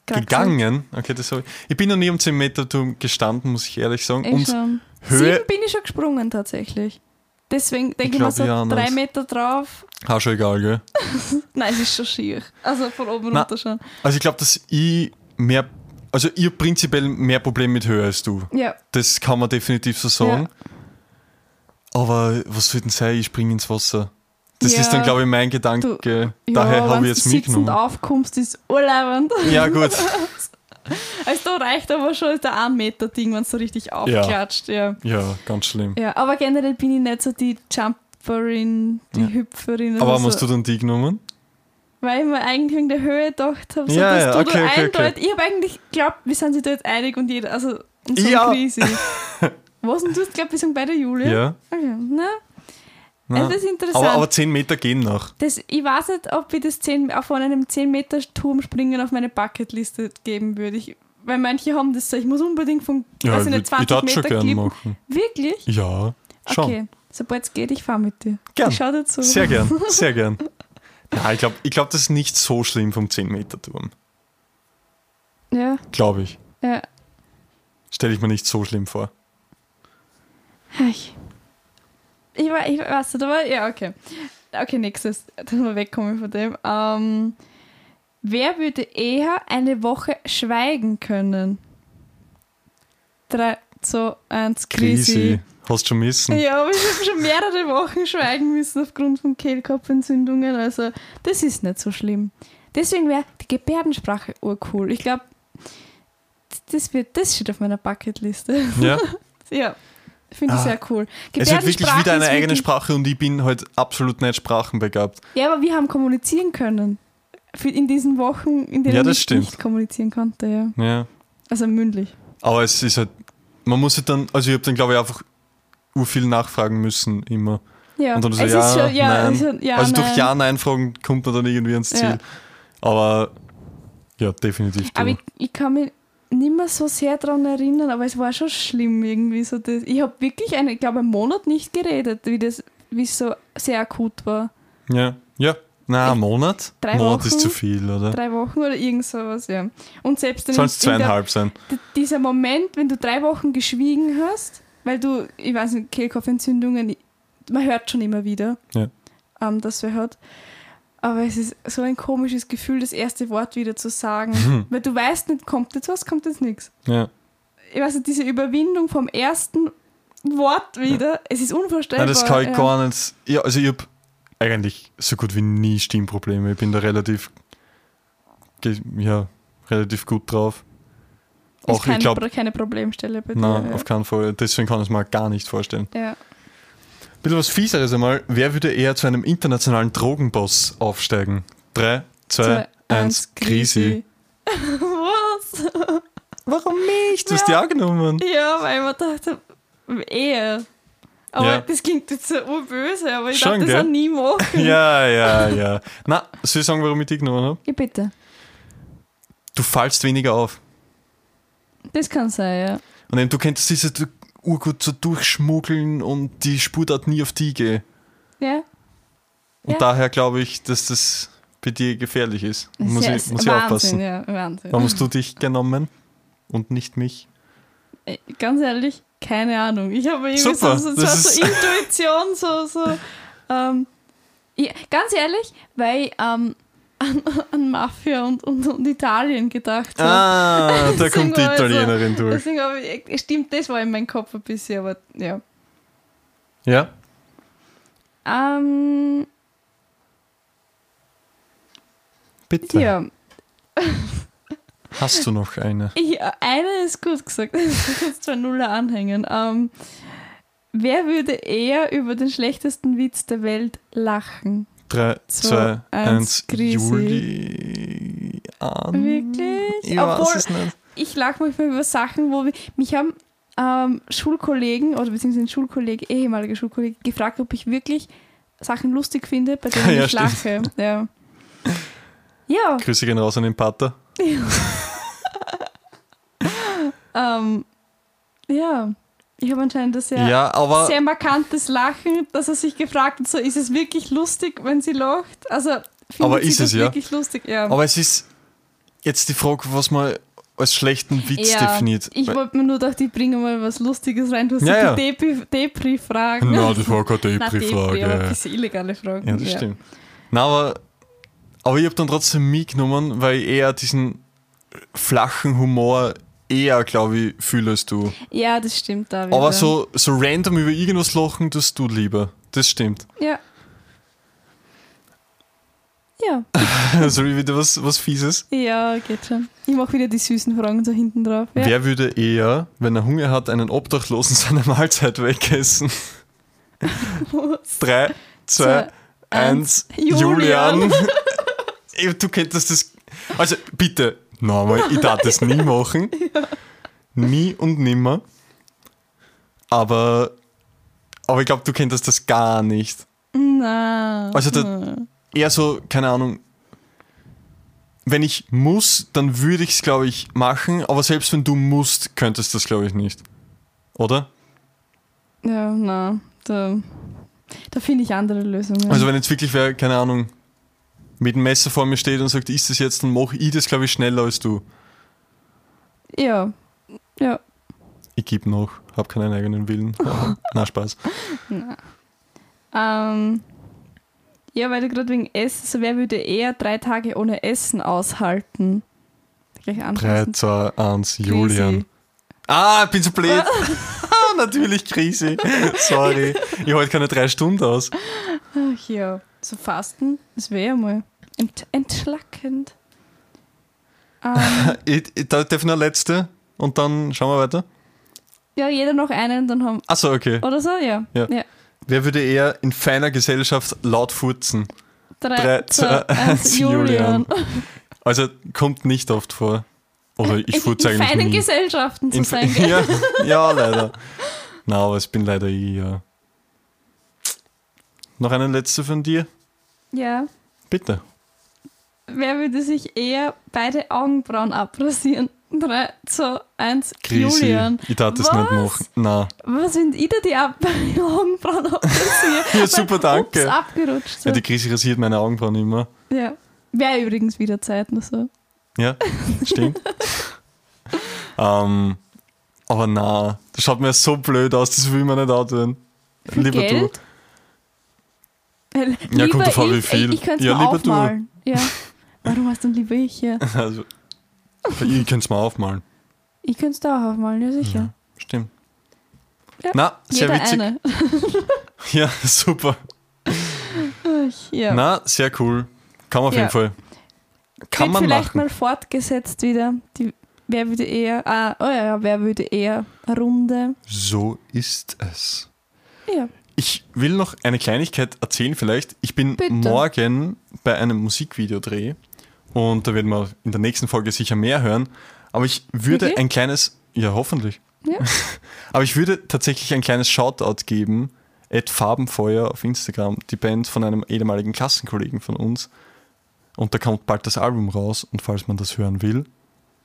A: Gegangen? Okay, das habe ich. Ich bin noch nie um 10 Meter Turm gestanden, muss ich ehrlich sagen.
B: Ich
A: Und
B: schon.
A: Höhe-
B: Sieben bin ich schon gesprungen tatsächlich. Deswegen denke ich,
A: glaub,
B: mir so
A: ja,
B: drei
A: nice.
B: Meter drauf.
A: Ah, schon egal, gell?
B: Nein, es ist schon schier. Also von oben
A: Na.
B: runter schon.
A: Also ich glaube, dass ich mehr, also ihr prinzipiell mehr Probleme mit Höhe als du.
B: Ja,
A: Das kann man definitiv so sagen. Aber was wird denn sein, ich springe ins Wasser? Das
B: Ja.
A: ist dann, glaube ich, mein Gedanke.
B: ja
A: Daher habe
B: wenn's
A: ich jetzt
B: sitzend
A: mitgenommen.
B: aufkommst, ist urleibend.
A: Ja, gut.
B: Also da reicht aber schon der 1 Meter Ding, wenn es so richtig aufklatscht. Ja.
A: Ja, ganz schlimm.
B: Ja, aber generell bin ich nicht so die Jumperin, die
A: Ja.
B: Hüpferin.
A: Aber
B: oder
A: warum hast du
B: so,
A: dann die genommen?
B: weil ich mir eigentlich wegen der Höhe gedacht habe, so,
A: Ja,
B: dass
A: ja,
B: du
A: okay,
B: da
A: okay, okay.
B: eindeutig. Ich habe eigentlich geglaubt, wir sind sich da jetzt einig und jeder, also und so
A: Ja.
B: ja. Krise. Was und du hast glaubt, wir sind beide Julia?
A: Ja.
B: Okay, ne?
A: Na.
B: Also das ist interessant.
A: aber, aber 10 Meter gehen noch.
B: das, ich weiß nicht, ob ich das 10, auch von einem 10 Meter Turm springen auf meine Bucketliste geben würde. Ich, weil manche haben das so, ich muss unbedingt von
A: Ja,
B: weiß ich
A: ich,
B: nicht,
A: würd- ich
B: 20
A: darf schon
B: also Meter
A: gerne
B: geben.
A: machen.
B: Wirklich?
A: Ja, schon.
B: Okay, sobald es geht, ich fahre mit dir.
A: Gern.
B: Ich schau dir zu.
A: Sehr gern, sehr gern. Nein, ich glaube, ich glaub, das ist nicht so schlimm vom 10-Meter-Turm.
B: Ja,
A: Glaube ich.
B: ja.
A: Stelle ich mir nicht so schlimm vor.
B: Ich, ich, war, ich weiß nicht, aber ja, okay. Okay, nächstes, dass wir wegkommen von dem. Ähm, wer würde eher eine Woche schweigen können? 3, 2, 1, Krisi.
A: Krisi. Hast schon missen.
B: Ja, aber ich habe schon mehrere Wochen schweigen müssen aufgrund von Kehlkopfentzündungen. Also, das ist nicht so schlimm. Deswegen wäre die Gebärdensprache urcool. Ich glaube, das, wird, das steht auf meiner Bucketliste.
A: Ja.
B: Ja, finde ich
A: Ah.
B: sehr cool.
A: Es wird wirklich
B: Gebärdensprache
A: wieder eine
B: ist
A: eigene
B: wirklich-
A: Sprache und ich bin halt absolut nicht sprachenbegabt.
B: Ja, aber wir haben kommunizieren können. Für in diesen Wochen, in denen
A: Ja, das
B: ich
A: stimmt.
B: nicht kommunizieren konnte. Ja.
A: Ja.
B: Also mündlich.
A: Aber es ist halt, man muss halt dann, also ich habe dann glaube ich einfach ur viel nachfragen müssen immer.
B: Ja,
A: Und dann so,
B: es
A: ja,
B: ist schon, ja,
A: nein.
B: es ist schon- ja
A: also
B: nein.
A: durch Ja-Nein-Fragen kommt man dann irgendwie ans Ziel.
B: Ja. Ah,
A: Aber ja, definitiv. du.
B: Aber ich, ich kann mich nicht mehr so sehr daran erinnern, aber es war schon schlimm irgendwie. So das. Ich habe wirklich, einen, ich glaube, einen Monat nicht geredet, wie das wie es so sehr akut war.
A: ja, ja, Nein, ein Monat?
B: drei
A: Monat
B: Wochen.
A: ist zu viel, oder?
B: Drei Wochen oder irgend sowas, ja. Und selbst dann
A: Sollen es
B: in der-
A: zweieinhalb sein?
B: D- dieser Moment, wenn du drei Wochen geschwiegen hast, weil du, ich weiß nicht, Kehlkopfentzündungen, man hört schon immer wieder,
A: Ja.
B: ähm, dass wer hat. Aber es ist so ein komisches Gefühl, das erste Wort wieder zu sagen.
A: Mhm.
B: Weil du weißt nicht, kommt jetzt was, kommt jetzt nichts.
A: Ja.
B: Ich weiß nicht, diese Überwindung vom ersten Wort wieder, es ist unvorstellbar.
A: Nein, das kann ich
B: ja.
A: gar nicht. Ja, also ich habe eigentlich so gut wie nie Stimmprobleme. Ich bin da relativ, ge- ja, relativ gut drauf.
B: Ist
A: Auch
B: keine,
A: ich glaube,
B: Pro- keine Problemstelle bei
A: nein,
B: dir.
A: auf keinen Fall. Deswegen kann ich es mir gar nicht vorstellen.
B: ja. ja.
A: Ein bisschen was Fieseres einmal. Wer würde eher zu einem internationalen Drogenboss aufsteigen? 3, 2, 1, Krisi.
B: was?
A: Warum nicht? Du hast die auch genommen.
B: Ja, weil ich mir dachte, eher. Aber
A: Ja.
B: das klingt jetzt so urböse, aber ich
A: Schon,
B: darf das
A: gell?
B: auch nie machen.
A: Ja, ja, ja. Na, soll ich sagen, warum ich die genommen habe?
B: Ja, bitte.
A: Du fallst weniger auf.
B: Das kann sein, ja.
A: Und eben, du könntest diese du- urgut so durchschmuggeln und die Spur dort nie auf die gehen.
B: Ja,
A: Und
B: Ja.
A: daher glaube ich, dass das bei dir gefährlich ist.
B: das
A: Muss,
B: ist ja-
A: ich,
B: ist
A: muss ich
B: Wahnsinn,
A: aufpassen.
B: Ja, Wahnsinn.
A: Warum hast du dich genommen und nicht mich?
B: Ey, Ganz ehrlich, keine Ahnung. Ich habe irgendwie
A: Super,
B: so, so,
A: das
B: so,
A: ist-
B: so Intuition, so, so. Ähm, ja, ganz ehrlich, weil ich ähm, an, an Mafia und, und, und Italien gedacht habe.
A: Ah, da
B: Deswegen
A: kommt die
B: war ich so-
A: Italienerin durch.
B: Deswegen habe ich, stimmt, das war in meinem Kopf ein bisschen, aber ja.
A: Ja?
B: Ähm,
A: Bitte.
B: ja,
A: Hast du noch eine?
B: ich, eine ist gut gesagt. Du kannst zwei Nuller anhängen. Ähm, wer würde eher über den schlechtesten Witz der Welt lachen?
A: 3,
B: Zwei,
A: 2,
B: eins,
A: 1,
B: grüß
A: Juli. An.
B: Wirklich?
A: Ich weiß
B: Obwohl,
A: es nicht.
B: ich lache manchmal über Sachen, wo wir, mich haben ähm, Schulkollegen oder beziehungsweise ein Schulkollege, ehemaliger Schulkollege, gefragt, ob ich wirklich Sachen lustig finde, bei denen
A: Ja,
B: ich
A: stimmt.
B: lache. Ja. ja,
A: Grüße gehen raus an den Pater.
B: ähm, ja. Ich habe anscheinend das
A: Ja, aber
B: sehr markantes Lachen, dass er sich gefragt hat, so ist es wirklich lustig, wenn sie lacht? Also findet
A: Aber
B: sie
A: ist
B: das
A: es, ja?
B: wirklich lustig? Ja.
A: Aber es ist jetzt die Frage, was man als schlechten Witz
B: ja,
A: definiert.
B: Ich
A: Weil-
B: wollte mir nur gedacht, ich bringe mal was Lustiges rein, du hast
A: Ja,
B: ja,
A: ja.
B: die Depri- Depri-Fragen.
A: Nein, das war keine
B: Nein, Depri, aber ein
A: Depri-Frage.
B: bisschen illegale Fragen.
A: Ja, das stimmt. Nein, aber, aber ich habe dann trotzdem mich genommen, weil ich eher diesen flachen Humor eher, glaube ich, fühle als du.
B: Ja, das stimmt, David.
A: Aber
B: ja.
A: so, so random über irgendwas lachen, das du lieber. Das stimmt.
B: Ja. Ja,
A: Also wieder was, was Fieses.
B: ja, geht schon. Ich mache wieder die süßen Fragen so hinten drauf. Ja.
A: Wer würde eher, wenn er Hunger hat, einen Obdachlosen seine Mahlzeit wegessen? Drei, zwei,
B: Zwei,
A: eins,
B: Julian.
A: Julian. Ey, du könntest das. Also bitte, nochmal, ich darf das nie machen. Nie und nimmer. Aber, aber ich glaube, du könntest das gar nicht.
B: Na. Hm.
A: Also da- Eher so, keine Ahnung. Wenn ich muss, dann würde ich es, glaube ich, machen. Aber selbst wenn du musst, könntest du das, glaube ich, nicht. Oder?
B: Ja, na, da, da finde ich andere Lösungen.
A: Also wenn jetzt wirklich wer, keine Ahnung, mit dem Messer vor mir steht und sagt, ist das jetzt, dann mache ich das, glaube ich, schneller als du.
B: ja, ja.
A: Ich gebe noch, habe keinen eigenen Willen. Na Spaß.
B: Ähm, ja, weil du gerade wegen Essen, so wer würde eher drei Tage ohne Essen aushalten? Gleich
A: 3,
B: anfassen.
A: 2, 1,
B: Grisi.
A: Julian. Ah, ich bin so blöd. Natürlich Krise. Sorry. Ich halte keine drei Stunden aus.
B: Ach ja, so fasten, das wäre ja mal ent entschlackend. Ähm,
A: Ich, ich, da darf ich noch eine letzte und dann schauen wir weiter.
B: ja, jeder noch einen, dann haben.
A: Achso, okay.
B: Oder so, ja.
A: Ja. Wer würde eher in feiner Gesellschaft laut furzen?
B: Drei,
A: Drei, zwei,
B: zwei, eins,
A: eins, Julian. Also kommt nicht oft vor. Oder ich furze
B: Äh, In
A: eigentlich
B: feinen
A: nie.
B: Gesellschaften zu
A: In-
B: sein. gell?
A: ja, ja, leider. Na, aber es bin leider ich, ja. Noch eine letzte von dir?
B: ja.
A: Bitte.
B: Wer würde sich eher beide Augenbrauen abrasieren? 3, 2, 1,
A: Grisi.
B: Julian.
A: Ich darf das
B: Was?
A: nicht machen. Nein.
B: Was sind ich da die Ab- Augenbrauen abgesiert?
A: Ja, super, danke.
B: Ups, abgerutscht.
A: Ja,
B: Ja,
A: die Grisi rasiert meine Augenbrauen immer.
B: ja. Wäre übrigens wieder Zeit noch so.
A: Ja, stimmt. ähm, aber na, das schaut mir so blöd aus, das will ich mir nicht antun.
B: Für
A: Lieber
B: Geld?
A: du.
B: Ja,
A: kommt drauf an, wie viel.
B: Ich, ich könnte es
A: Ja,
B: mir
A: lieber du.
B: aufmalen. Ja. Warum hast du denn lieber ich ja?
A: Also, ich könnte es mal aufmalen.
B: Ich könnte es da auch aufmalen, ja sicher.
A: Stimmt.
B: Ja,
A: Na, sehr
B: Jeder
A: witzig.
B: eine.
A: Ja, super.
B: Ja.
A: Na, sehr cool. Kann man auf
B: Ja.
A: jeden Fall. Kann
B: Wird
A: man
B: vielleicht
A: machen.
B: mal fortgesetzt wieder. Die, wer würde eher, ah, oh ja, ja, wer würde eher Runde.
A: So ist es.
B: Ja,
A: Ich will noch eine Kleinigkeit erzählen vielleicht. Ich bin
B: Bitte.
A: morgen bei einem Musikvideodreh und da werden wir in der nächsten Folge sicher mehr hören. Aber ich würde
B: Wirklich?
A: ein kleines, ja hoffentlich,
B: ja.
A: aber ich würde tatsächlich ein kleines Shoutout geben. At Farbenfeuer auf Instagram, die Band von einem ehemaligen Klassenkollegen von uns. Und da kommt bald das Album raus und falls man das hören will,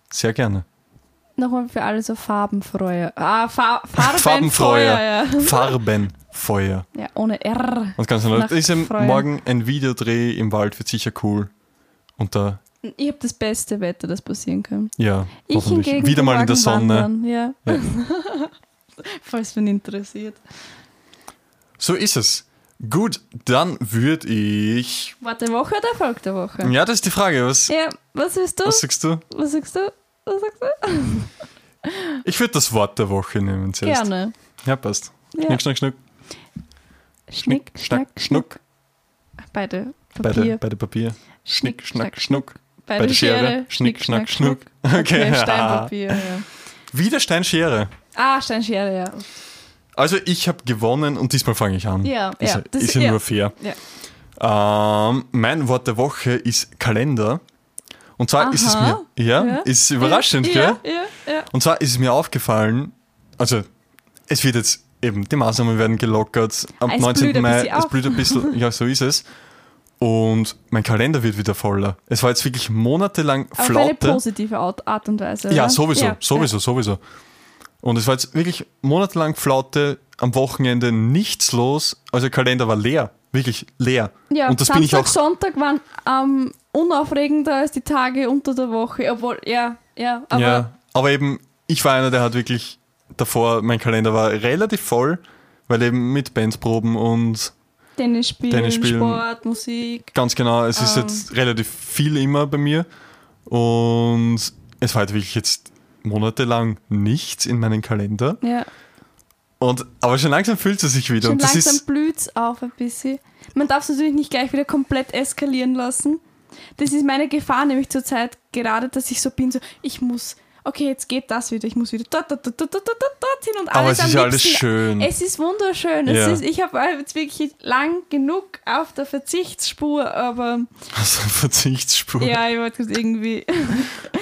A: sehr gerne.
B: Nochmal für alle so Farbenfreue. Ah, Fa Farbenfreue.
A: Farbenfreuer.
B: ja.
A: Farbenfeuer.
B: ja, ohne R.
A: Und ganz normal.
B: Nach
A: Da ist im-
B: Freuen.
A: morgen ein Videodreh im Wald, wird sicher cool. Und da,
B: Ich habe das beste Wetter, das passieren kann.
A: ja,
B: Ich
A: hoffentlich
B: hingegen
A: wieder
B: geh
A: mal in der
B: morgen
A: Sonne.
B: Wandern, ja.
A: Ja.
B: Falls wen interessiert.
A: So ist es. Gut, dann würde ich.
B: War der Woche oder Erfolg der Woche?
A: Ja, das ist die Frage. Was,
B: Ja, was willst du?
A: was
B: Was,
A: sagst du?
B: sagst du? Was sagst du?
A: Ich würde das Wort der Woche nehmen zuerst.
B: Gerne.
A: Ja, passt.
B: Ja.
A: Schnick, schnack, schnuck.
B: Schnick, schnack, schnuck. Beide
A: Beide,
B: Papier.
A: beide Papier. Schnick, schnack, schnuck.
B: Beide,
A: Beide
B: Schere.
A: Schere. Schnick, schnack, schnuck. Okay.
B: Papier, Stein, Papier, ja.
A: Wieder Steinschere.
B: Ah, Stein, Schere, ja.
A: Also, ich habe gewonnen und diesmal fange ich an.
B: Ja,
A: ist,
B: ja, das-
A: ist ja
B: ja.
A: nur fair. Ähm, mein Wort der Woche ist Kalender. Und zwar ist es mir,
B: Aha.
A: ja,
B: Ja.
A: ist überraschend,
B: ja,
A: gell?
B: Ja, ja,
A: Und zwar ist es mir aufgefallen, also es wird jetzt eben, die Maßnahmen werden gelockert am
B: Es
A: 19.
B: blüht ein
A: Mai,
B: bisschen
A: es
B: auf.
A: blüht ein bisschen, ja, so ist es. Und mein Kalender wird wieder voller. Es war jetzt wirklich monatelang
B: Auf eine
A: Flaute.
B: positive Art Art und Weise.
A: Ja,
B: oder?
A: sowieso,
B: Ja,
A: sowieso, sowieso. Und es war jetzt wirklich monatelang Flaute, am Wochenende nichts los. Also der Kalender war leer, wirklich leer.
B: Ja,
A: und das
B: Samstag,
A: bin ich auch
B: Sonntag waren ähm, unaufregender als die Tage unter der Woche. Obwohl, ja, ja, aber
A: ja, aber eben, ich war einer, der hat wirklich davor, mein Kalender war relativ voll, weil eben mit Bandproben und
B: Tennis spielen,
A: Tennis spielen.
B: Sport, Musik.
A: ganz genau, es ist
B: Ähm.
A: jetzt relativ viel immer bei mir. Und es war halt wirklich jetzt monatelang nichts in meinem Kalender.
B: Ja,
A: Und, aber schon langsam fühlt es sich wieder.
B: schon
A: und das
B: langsam
A: ist,
B: blüht's auf ein bisschen. Man darf es natürlich nicht gleich wieder komplett eskalieren lassen. Das ist meine Gefahr nämlich zurzeit gerade, dass ich so bin, so ich muss, okay, jetzt geht das wieder, ich muss wieder dort, dort, dort, dort, dort, dort, dorthin und
A: aber es
B: alles
A: ist
B: am
A: ja alles
B: liebsten
A: schön.
B: Es ist wunderschön. Es
A: Ja.
B: ist, ich habe jetzt wirklich lang genug auf der Verzichtsspur, aber
A: Also Verzichtsspur.
B: ja, ich wollte gerade irgendwie
A: Auf der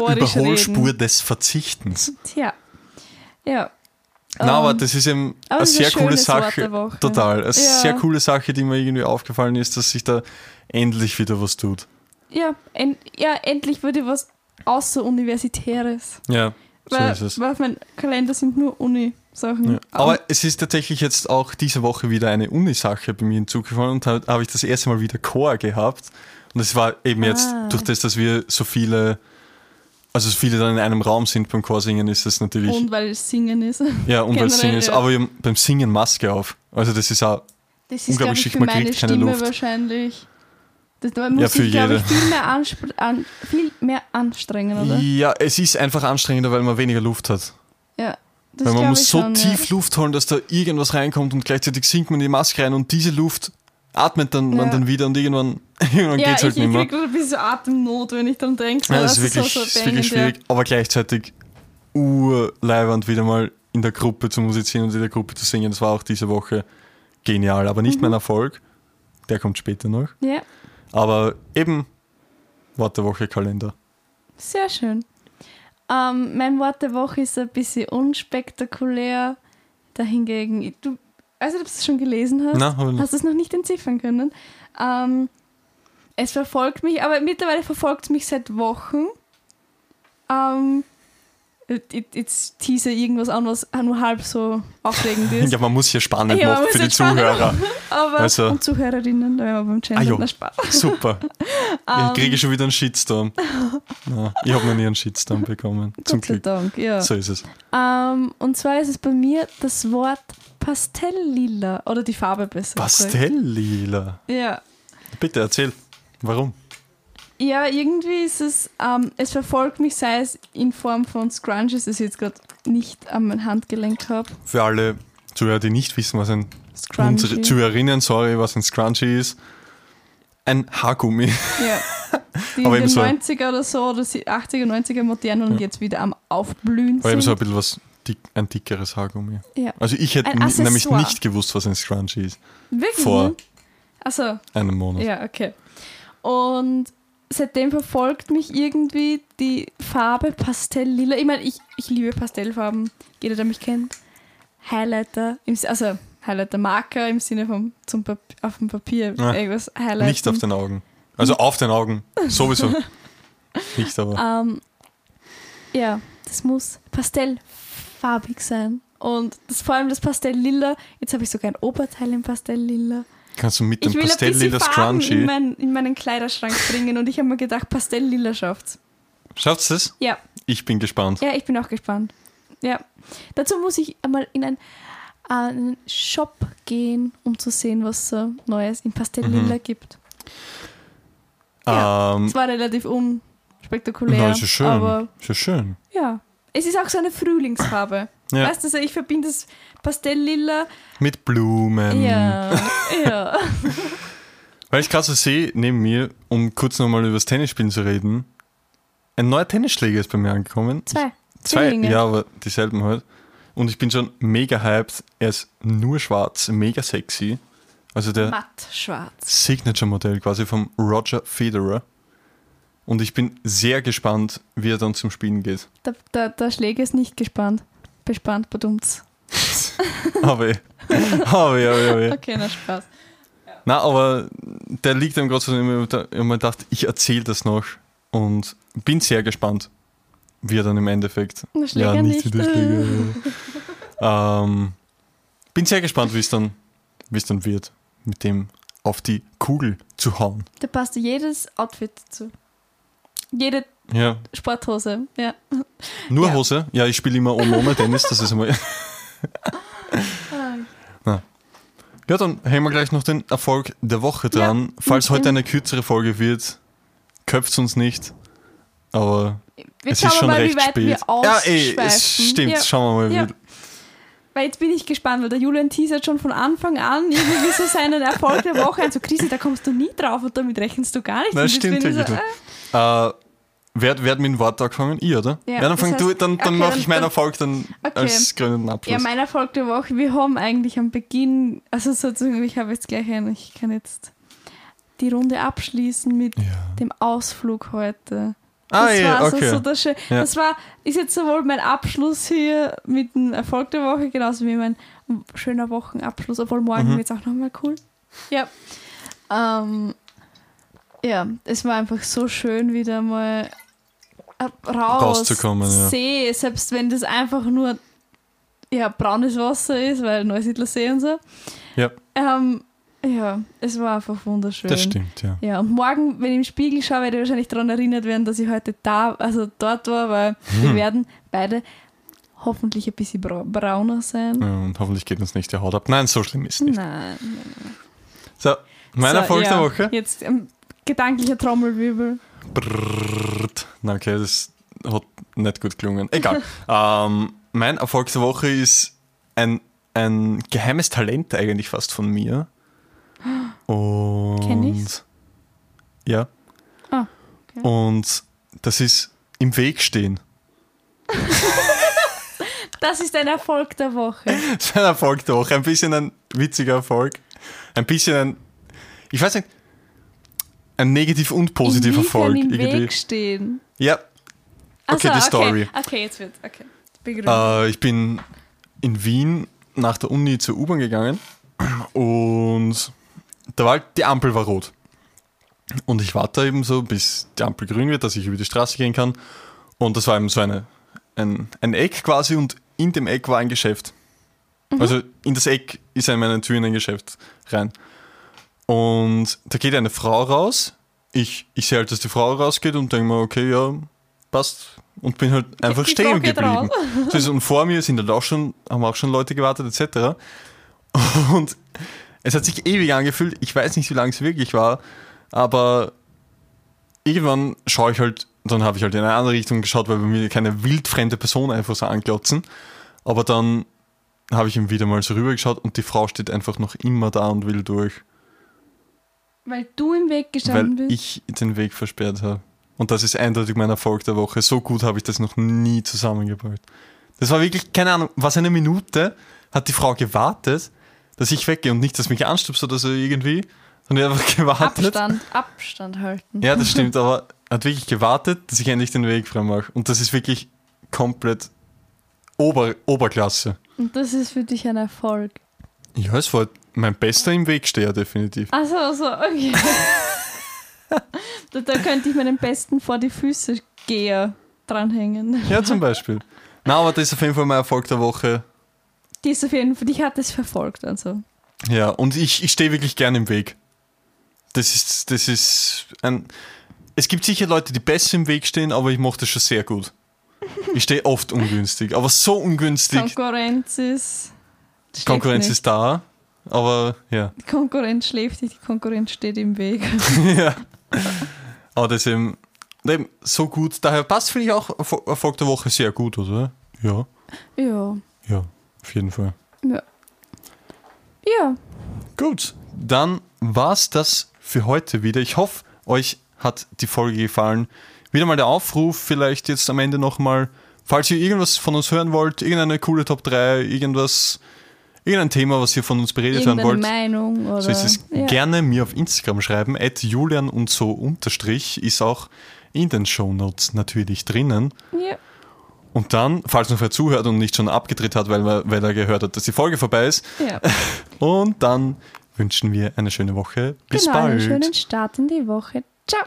B: metaphorisch
A: Überholspur
B: reden.
A: des Verzichtens.
B: Tja. Ja.
A: Na, aber
B: Ähm,
A: das ist eben
B: aber
A: eine
B: es ist
A: sehr
B: ein
A: coole
B: schönes Wort
A: Sache.
B: der Woche.
A: Total. Eine
B: ne? Ja.
A: sehr coole Sache, die mir irgendwie aufgefallen ist, dass sich da endlich wieder was tut.
B: ja, en, ja, endlich wurde was außeruniversitäres.
A: Ja, so
B: Weil,
A: ist es.
B: weil auf meinem Kalender sind nur Uni-Sachen.
A: Ja. Aber es ist tatsächlich jetzt auch diese Woche wieder eine Uni-Sache bei mir hinzugefallen und da habe ich das erste Mal wieder Chor gehabt. Und es war eben jetzt,
B: Ah.
A: durch das, dass wir so viele, also so viele dann in einem Raum sind beim Chorsingen, ist das natürlich.
B: und weil es Singen ist.
A: ja, und beim
B: generell,
A: Singen ist.
B: ja.
A: Aber wir haben beim Singen Maske auf. Also das ist auch.
B: Das ist, glaube
A: Unglaublich
B: ich,
A: schick,
B: für
A: man
B: meine
A: kriegt keine
B: Stimme
A: Luft.
B: wahrscheinlich. Das da muss
A: Ja, für
B: ich, glaube ich,
A: jede.
B: viel mehr, anspr- an, viel mehr anstrengen, oder?
A: Ja, es ist einfach anstrengender, weil man weniger Luft hat.
B: Ja, das
A: Weil man
B: glaub
A: muss
B: ich
A: so
B: schon,
A: tief Luft holen, dass da irgendwas reinkommt und gleichzeitig sinkt man in die Maske rein und diese Luft atmet dann man
B: Ja.
A: dann wieder und irgendwann, irgendwann
B: ja.
A: geht's
B: ja,
A: halt
B: ich, ich
A: nicht mehr.
B: krieg ein bisschen Atemnot, wenn ich dann denke,
A: Ja, das ist wirklich,
B: so,
A: ist
B: so
A: wirklich
B: bängend,
A: schwierig, aber gleichzeitig urleiwand wieder mal in der Gruppe zu musizieren und in der Gruppe zu singen. Das war auch diese Woche genial, aber nicht mein
B: Mhm.
A: Erfolg. Der kommt später noch.
B: Ja. ja,
A: Aber eben, Wort der Woche Kalender.
B: sehr schön. Ähm, mein Wort der Woche ist ein bisschen unspektakulär. Dahingegen, ich- du, also, ob du es schon gelesen hast,
A: Na, hab ich nicht.
B: hast du es noch nicht entziffern können. Ähm, es verfolgt mich, aber mittlerweile verfolgt es mich seit Wochen. Ähm, ich- jetzt tease irgendwas an, was nur halb so aufregend ist.
A: Ja, man muss hier spannend
B: Ja, man
A: machen
B: muss
A: für die
B: jetzt spannend
A: Zuhörer.
B: aber,
A: also-
B: und Zuhörerinnen, da wären wir beim Gender.
A: Ah, jo.
B: Na, Spaß.
A: Super.
B: Ähm.
A: Ich kriege schon wieder einen Shitstorm. Na, ich habe noch nie einen Shitstorm bekommen. Zum
B: Gott sei
A: Glück.
B: Dank, ja.
A: So ist es.
B: Ähm, und zwar ist es bei mir das Wort Pastelllila oder die Farbe besser. gesagt.
A: Pastelllila.
B: Ja.
A: Bitte erzähl. Warum?
B: Ja, irgendwie ist es, ähm, es verfolgt mich, sei es in Form von Scrunches, das ich jetzt gerade nicht an mein Handgelenk habe.
A: Für alle Zuhörer, die nicht wissen, was ein unsere
B: Scrunchie.
A: Zuhörerinnen, sorry, was ein Scrunchie ist. Ein Haargummi.
B: Ja. Die
A: Aber
B: in
A: eben
B: den
A: so-
B: 90er oder so, oder sie- 80er, 90er modern und jetzt wieder am Aufblühen
A: Aber
B: sind.
A: eben so ein bisschen was, dick, ein dickeres Haargummi.
B: ja.
A: Also ich hätte
B: Ein
A: n- nämlich
B: Accessoire.
A: nicht gewusst, was ein Scrunchie ist.
B: Wirklich?
A: Vor
B: ne? Also,
A: einem Monat.
B: ja, okay. Und seitdem verfolgt mich irgendwie die Farbe Pastelllila. Ich meine, ich, ich liebe Pastellfarben. Jeder, der mich kennt. Highlighter, im, Si- also Highlighter-Marker im Sinne von zum Pap auf dem Papier
A: Ah,
B: irgendwas highlighten.
A: Nicht auf den Augen. Also
B: Hm.
A: auf den Augen. Sowieso. nicht aber.
B: Ähm, ja, das muss pastellfarbig sein. Und das, vor allem das Pastelllila. Jetzt habe ich sogar ein Oberteil im Pastelllila.
A: Kannst du mit dem
B: Ich will ein bisschen
A: Pastelllila
B: Farben in,
A: Scrunchie.
B: mein, in meinen Kleiderschrank bringen und ich habe mir gedacht, Pastelllila schafft's.
A: Schafft's das?
B: Ja,
A: Ich bin gespannt.
B: ja, ich bin auch gespannt. Ja, dazu muss ich einmal in einen, äh, einen Shop gehen, um zu sehen, was es Neues in
A: Mhm.
B: Pastelllila gibt. Ja.
A: Ähm,
B: Es war relativ unspektakulär,
A: na, ist ja schön.
B: aber
A: ist ja schön.
B: ja, es ist auch so eine Frühlingsfarbe.
A: Ja.
B: Weißt du, also ich verbinde das Pastelllila.
A: Mit Blumen.
B: Ja, ja.
A: Weil ich gerade so sehe, neben mir, um kurz nochmal über das Tennisspielen zu reden, ein neuer Tennisschläger ist bei mir angekommen.
B: Zwei.
A: Zwei,
B: Zwillinge.
A: ja, aber dieselben halt. Und ich bin schon mega hyped. Er ist nur schwarz, mega sexy. Also der
B: Matt schwarz.
A: Signature-Modell quasi vom Roger Federer. Und ich bin sehr gespannt, wie er dann zum Spielen geht.
B: Der, der, der Schläger ist nicht gespannt. Bespannt, badumts.
A: Aber, aber, ja, ja, ja.
B: Okay, na Spaß.
A: Na, aber der liegt einem gerade so, ich habe mir gedacht, ich erzähle das noch und bin sehr gespannt, wie er dann im Endeffekt.
B: Na, Schläger nicht.
A: wie der Schläger. ja. ähm, bin sehr gespannt, wie es dann, wie es dann wird, mit dem auf die Kugel zu hauen.
B: Da passt jedes Outfit dazu. Jede
A: Ja,
B: Sporthose, ja.
A: nur
B: Ja.
A: Hose. Ja, ich spiele immer ohne, ohne Tennis, das ist immer. Ja, dann hängen wir gleich noch den Erfolg der Woche dran. Falls heute eine kürzere Folge wird, köpft uns nicht. Aber
B: Wir
A: es ist schon
B: mal,
A: recht
B: wie weit
A: spät.
B: wir
A: ja, ey, es
B: ausschweifen.
A: stimmt.
B: Ja.
A: Schauen wir mal.
B: Ja.
A: wie-
B: Weil jetzt bin ich gespannt, weil der Julian teasert schon von Anfang an irgendwie so seinen Erfolg der Woche ein. So, Chrissy, da kommst du nie drauf und damit rechnest du gar nicht.
A: Nein,
B: Und jetzt
A: stimmt
B: bin ich
A: wirklich. nicht. Äh, wer, wer hat mit dem Wort angefangen? Ich, oder?
B: Ja,
A: Ja, dann
B: das
A: fang du,
B: heißt-
A: dann, dann
B: okay,
A: mache
B: dann-
A: ich meinen
B: dann-
A: Erfolg dann
B: Okay.
A: als grünen Abschluss.
B: Ja, mein Erfolg der Woche. Wir haben eigentlich am Beginn, also sozusagen, ich habe jetzt gleich einen, ich kann jetzt die Runde abschließen mit
A: Ja.
B: dem Ausflug heute.
A: Ah,
B: das
A: ja,
B: war so,
A: okay.
B: so das, Schö-
A: Ja.
B: das war, ist jetzt sowohl mein Abschluss hier mit dem Erfolg der Woche, genauso wie mein schöner Wochenabschluss, obwohl morgen
A: Mhm.
B: wird es auch nochmal cool. Ja. Ähm, ja, es war einfach so schön, wieder mal ab- raus,
A: Rauszukommen, ja.
B: See, selbst wenn das einfach nur ja, braunes Wasser ist, weil Neusiedler See und so.
A: Ja.
B: Ähm, ja, es war einfach wunderschön.
A: das stimmt, ja.
B: Ja, und morgen, wenn ich im Spiegel schaue, werde ich wahrscheinlich daran erinnert werden, dass ich heute da, also dort war, weil
A: Hm.
B: wir werden beide hoffentlich ein bisschen brau- brauner sein.
A: ja. Und hoffentlich geht uns nicht der Haut ab. Nein, so schlimm ist nicht.
B: Nein. nein.
A: So, mein
B: So,
A: Erfolg der
B: ja,
A: Woche.
B: Jetzt ähm, gedanklicher Trommelwirbel.
A: Brrrt. Na, okay, das hat nicht gut gelungen. Egal. ähm, mein Erfolg der Woche ist ein, ein geheimes Talent eigentlich fast von mir. Und
B: Kenn ich's?
A: Ja.
B: Ah, okay.
A: Und das ist im Weg stehen.
B: Das ist ein Erfolg der Woche.
A: Das ist ein Erfolg der Woche. Ein bisschen ein witziger Erfolg. Ein bisschen ein, ich weiß nicht, ein negativ und positiver
B: Inwiefern
A: Erfolg.
B: im
A: Irgendwie.
B: Weg stehen.
A: Ja, Okay,
B: Ach
A: die
B: so,
A: Story.
B: Okay, okay jetzt wird okay. Begründung.
A: Äh, ich bin in Wien nach der Uni zur U-Bahn gegangen und da war halt, die Ampel war rot. Und ich warte eben so, bis die Ampel grün wird, dass ich über die Straße gehen kann. Und das war eben so eine, ein, ein Eck quasi und in dem Eck war ein Geschäft.
B: Mhm.
A: Also in das Eck ist einmal eine Tür in ein Geschäft rein. Und da geht eine Frau raus. Ich, ich sehe halt, dass die Frau rausgeht und denke mir, okay, ja, passt. Und bin halt einfach
B: die Frau
A: stehen
B: geht
A: geblieben. So ist, und vor mir sind halt auch schon, haben auch schon Leute gewartet, etc. Und es hat sich ewig angefühlt. Ich weiß nicht, wie lange es wirklich war, aber irgendwann schaue ich halt, dann habe ich halt in eine andere Richtung geschaut, weil bei mir keine wildfremde Person einfach so anglotzen. Aber dann habe ich ihm wieder mal so rübergeschaut und die Frau steht einfach noch immer da und will durch,
B: Weil du im Weg gestanden
A: weil
B: bist.
A: ich den Weg versperrt habe. Und das ist eindeutig mein Erfolg der Woche. So gut habe ich das noch nie zusammengebracht. Das war wirklich, keine Ahnung, was eine Minute hat die Frau gewartet, dass ich weggehe und nicht, dass mich anstupst oder so irgendwie, sondern einfach gewartet.
B: Abstand, Abstand halten.
A: Ja, das stimmt, aber hat wirklich gewartet, dass ich endlich den Weg frei mache. Und das ist wirklich komplett Ober Oberklasse.
B: Und das ist für dich ein Erfolg.
A: Ja, es war mein bester im Wegsteher, definitiv.
B: Also, also okay. da, da könnte ich meinen besten vor die Füße geher dranhängen.
A: Ja, zum Beispiel. Na, aber das ist auf jeden Fall mein Erfolg der Woche.
B: Die ist auf jeden Fall, dich hat es verfolgt. Also.
A: Ja, und ich, ich stehe wirklich gern im Weg. Das ist, das ist ein. Es gibt sicher Leute, die besser im Weg stehen, aber ich mache das schon sehr gut. Ich stehe oft ungünstig, aber so ungünstig.
B: Konkurrenz ist. steht
A: Konkurrenz
B: nicht.
A: ist da, aber ja.
B: Die Konkurrenz schläft nicht, die Konkurrenz steht im Weg.
A: ja. Aber das ist eben, eben so gut. Daher passt, finde ich, auch Erfol- Erfolg der Woche sehr gut, oder? Ja,
B: ja.
A: ja, auf jeden Fall.
B: Ja. Ja.
A: Gut, dann war's das für heute wieder. Ich hoffe, euch hat die Folge gefallen. Wieder mal der Aufruf, vielleicht jetzt am Ende nochmal, falls ihr irgendwas von uns hören wollt, irgendeine coole Top 3, irgendwas, irgendein Thema, was ihr von uns beredet
B: Irgendeine
A: hören wollt.
B: Meinung oder.
A: So ist es
B: ja.
A: gerne mir auf Instagram schreiben. At Julian und so unterstrich ist auch in den Shownotes natürlich drinnen.
B: Ja.
A: Und dann, falls noch wer zuhört und nicht schon abgedreht hat, weil, er- weil er gehört hat, dass die Folge vorbei ist.
B: ja.
A: Und dann wünschen wir eine schöne Woche. Bis
B: genau,
A: bald.
B: einen schönen Start in die Woche. Ciao.